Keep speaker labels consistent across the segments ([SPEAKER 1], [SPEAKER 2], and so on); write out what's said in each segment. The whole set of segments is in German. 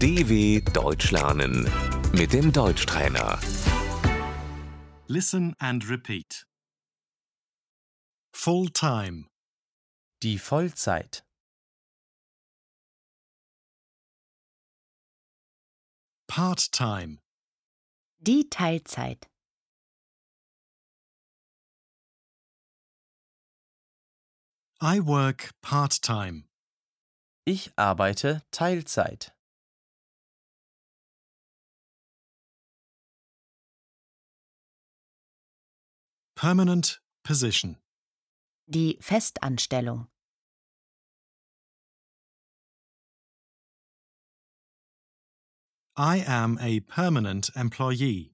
[SPEAKER 1] DW Deutsch lernen mit dem Deutschtrainer.
[SPEAKER 2] Listen and repeat. Full time.
[SPEAKER 3] Die Vollzeit.
[SPEAKER 2] Part time.
[SPEAKER 4] Die Teilzeit.
[SPEAKER 2] I work part time.
[SPEAKER 3] Ich arbeite Teilzeit.
[SPEAKER 2] Permanent position.
[SPEAKER 4] Die Festanstellung.
[SPEAKER 2] I am a permanent employee.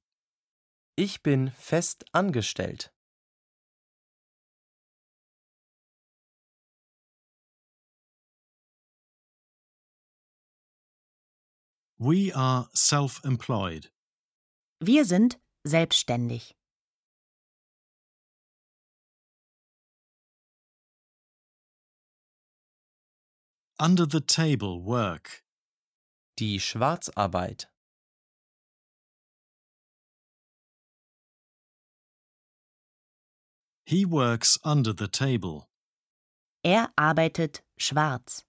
[SPEAKER 3] Ich bin fest angestellt.
[SPEAKER 2] We are self employed.
[SPEAKER 4] Wir sind selbstständig.
[SPEAKER 2] Under the table work.
[SPEAKER 3] Die Schwarzarbeit.
[SPEAKER 2] He works under the table.
[SPEAKER 4] Er arbeitet schwarz.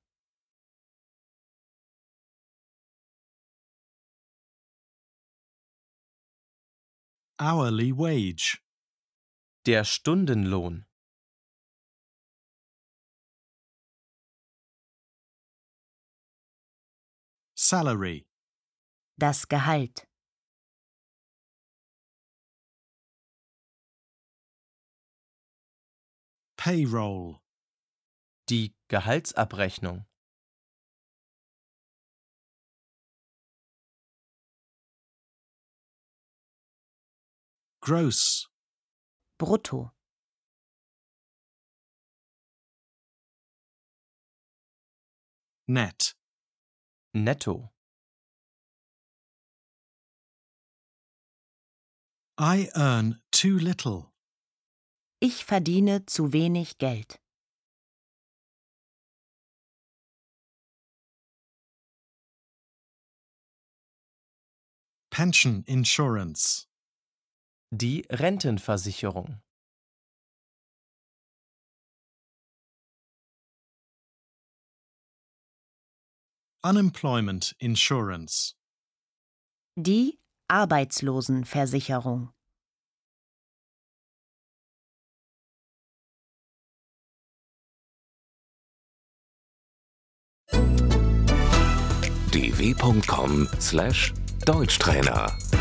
[SPEAKER 2] Hourly wage.
[SPEAKER 3] Der Stundenlohn.
[SPEAKER 2] Salary.
[SPEAKER 4] Das Gehalt.
[SPEAKER 2] Payroll.
[SPEAKER 3] Die Gehaltsabrechnung.
[SPEAKER 2] Gross.
[SPEAKER 4] Brutto.
[SPEAKER 2] Net.
[SPEAKER 3] Netto.
[SPEAKER 2] I earn too little.
[SPEAKER 4] Ich verdiene zu wenig Geld.
[SPEAKER 2] Pension insurance.
[SPEAKER 3] Die Rentenversicherung.
[SPEAKER 2] Unemployment insurance.
[SPEAKER 4] Die Arbeitslosenversicherung.
[SPEAKER 1] dw.com/deutschtrainer